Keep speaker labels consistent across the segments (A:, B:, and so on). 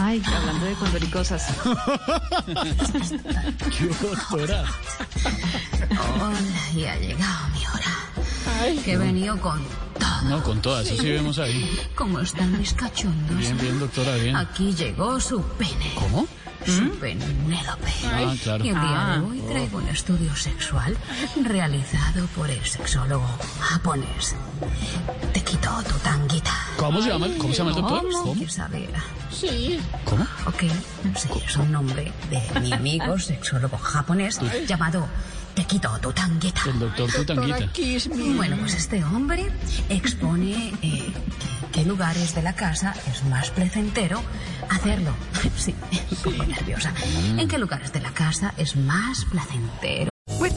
A: Ay, hablando de condoricosas. Hola, ya ha llegado mi hora. Que he venido con todo.
B: No, con todas, eso sí vemos ahí.
A: ¿Cómo están mis cachondos?
B: Bien, bien, doctora, bien.
A: Aquí llegó su pene.
B: ¿Cómo? ¿Mm?
A: Su penélope.
B: Ah, claro.
A: Y el día de hoy traigo un estudio sexual realizado por el sexólogo japonés. Te quito tu tanguita.
B: ¿Cómo se llama el, cómo se llama el doctor?
A: ¿Cómo?
B: ¿Cómo?
A: ¿Quieres saber?
B: ¿Cómo?
A: Ok, sí, es un nombre de mi amigo sexólogo japonés llamado Te quito tu tanguita.
B: El doctor Tutanguita.
A: Bueno, pues este hombre expone eh, qué lugares de la casa es más placentero hacerlo. Sí, Mm. un poco nerviosa. ¿En qué lugares de la casa es más placentero?
C: With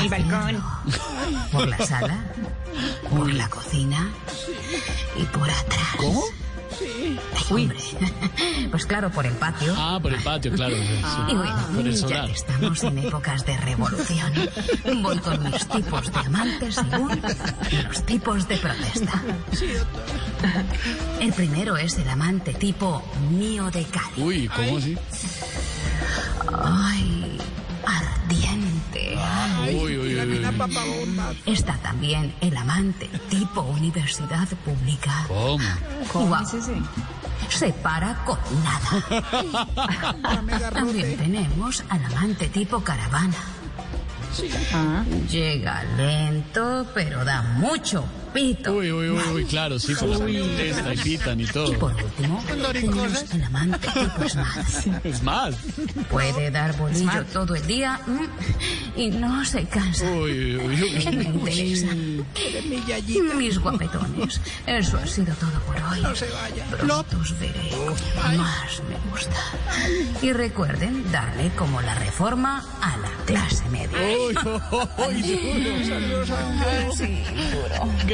A: El balcón. Por la sala, por la cocina y por atrás. ¿Cómo? Pues claro, por el patio.
B: Ah, por el patio, claro. sí, sí.
A: Y bueno,
B: por el
A: ya
B: solar.
A: que estamos en épocas de revolución, voy con mis tipos de amantes según los tipos de protesta. El primero es el amante tipo mío de Cali.
B: Uy, ¿cómo así?
A: Ay, ardiente.
B: Uy, uy, uy, uy.
A: Está también el amante tipo universidad pública.
B: ¿Cómo?
A: Guau. Se para con nada. También tenemos al amante tipo caravana. Ah. Llega lento, pero da mucho pito.
B: Uy, uy, uy, uy, claro, sí, por las protestas y pitan y
A: Y por
B: todo.
A: último, tenemos al amante tipo smash.
B: Es más.
A: Puede dar bolillo todo el día mm, y no se cansa.
B: Uy, uy, uy,
A: Me
B: uy.
A: interesa. Mis guapetones. Eso ha sido todo por hoy. No se vaya. Pronto os veré. como Más me gusta. Y recuerden darle como la reforma a la clase media.
B: Uy, uy, duro.
A: Oh.